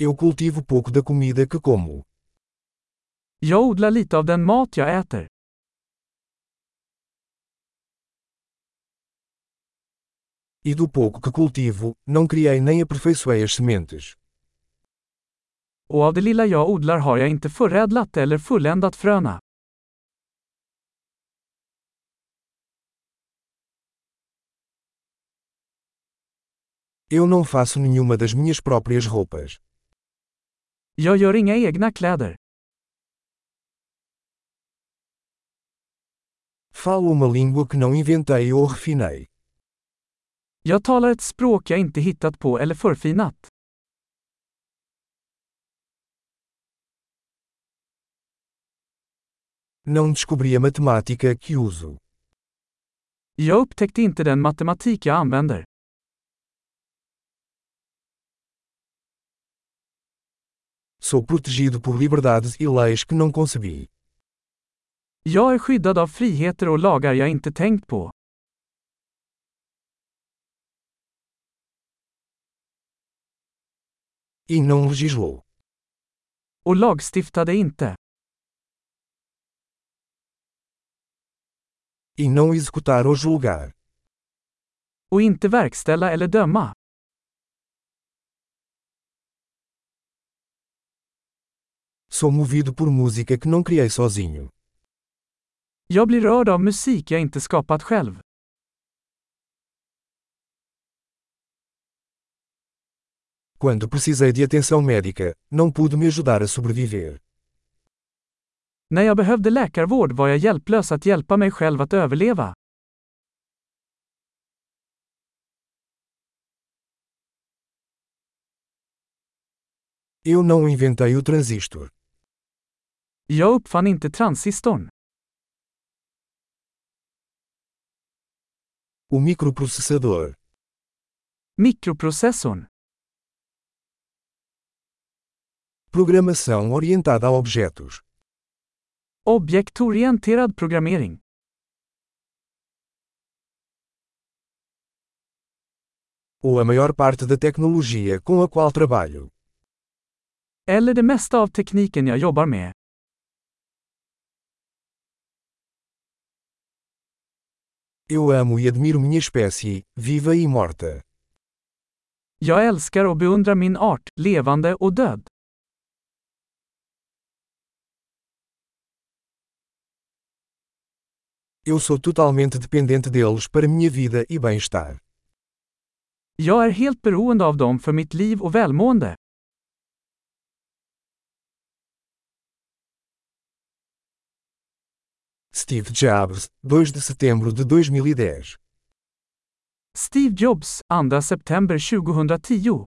Eu cultivo pouco da comida que como. Jag odlar lite av den mat jag äter. E do pouco que cultivo, não criei nem aperfeiçoei as sementes. Och av det lilla jag odlar har jag inte förädlat eller fulländat fröna. Eu não faço nenhuma das minhas próprias roupas. Jag gör inga egna kläder. Falo uma língua que não inventei ou refinei. Jag talar ett språk jag inte hittat på eller förfinat. Não descobri a matemática que uso. Jag upptäckte inte den matematik jag använder. Sou protegido por liberdades e leis que não concebi. Jag är skyddad av friheter och lagar jag inte tänkt på. E não legislou. Och lagstiftade inte. E não executar ou julgar. Och inte verkställa eller döma. Sou movido por música que não criei sozinho. Jag blir rörd av musik jag inte skapat själv. Quando precisei de atenção médica, não pude me ajudar a sobreviver. När jag behövde läkarvård var jag hjälplös att hjälpa mig själv att överleva. Eu não inventei o transistor. Jag uppfann inte transistorn. O microprocessador. Mikroprocessorn. Programação orientada a objetos. Objektorienterad programmering. Ou a maior parte da tecnologia com a qual trabalho. Eller det mesta av tekniken jag jobbar med. Eu amo e admiro minha espécie, viva e morta. Jag älskar och beundrar min art, levande och död. Eu sou totalmente dependente deles para minha vida e bem-estar. Jag är helt beroende av dem för mitt liv och välmående. Steve Jobs, 2 de setembro de 2010. Steve Jobs, 2 september 2010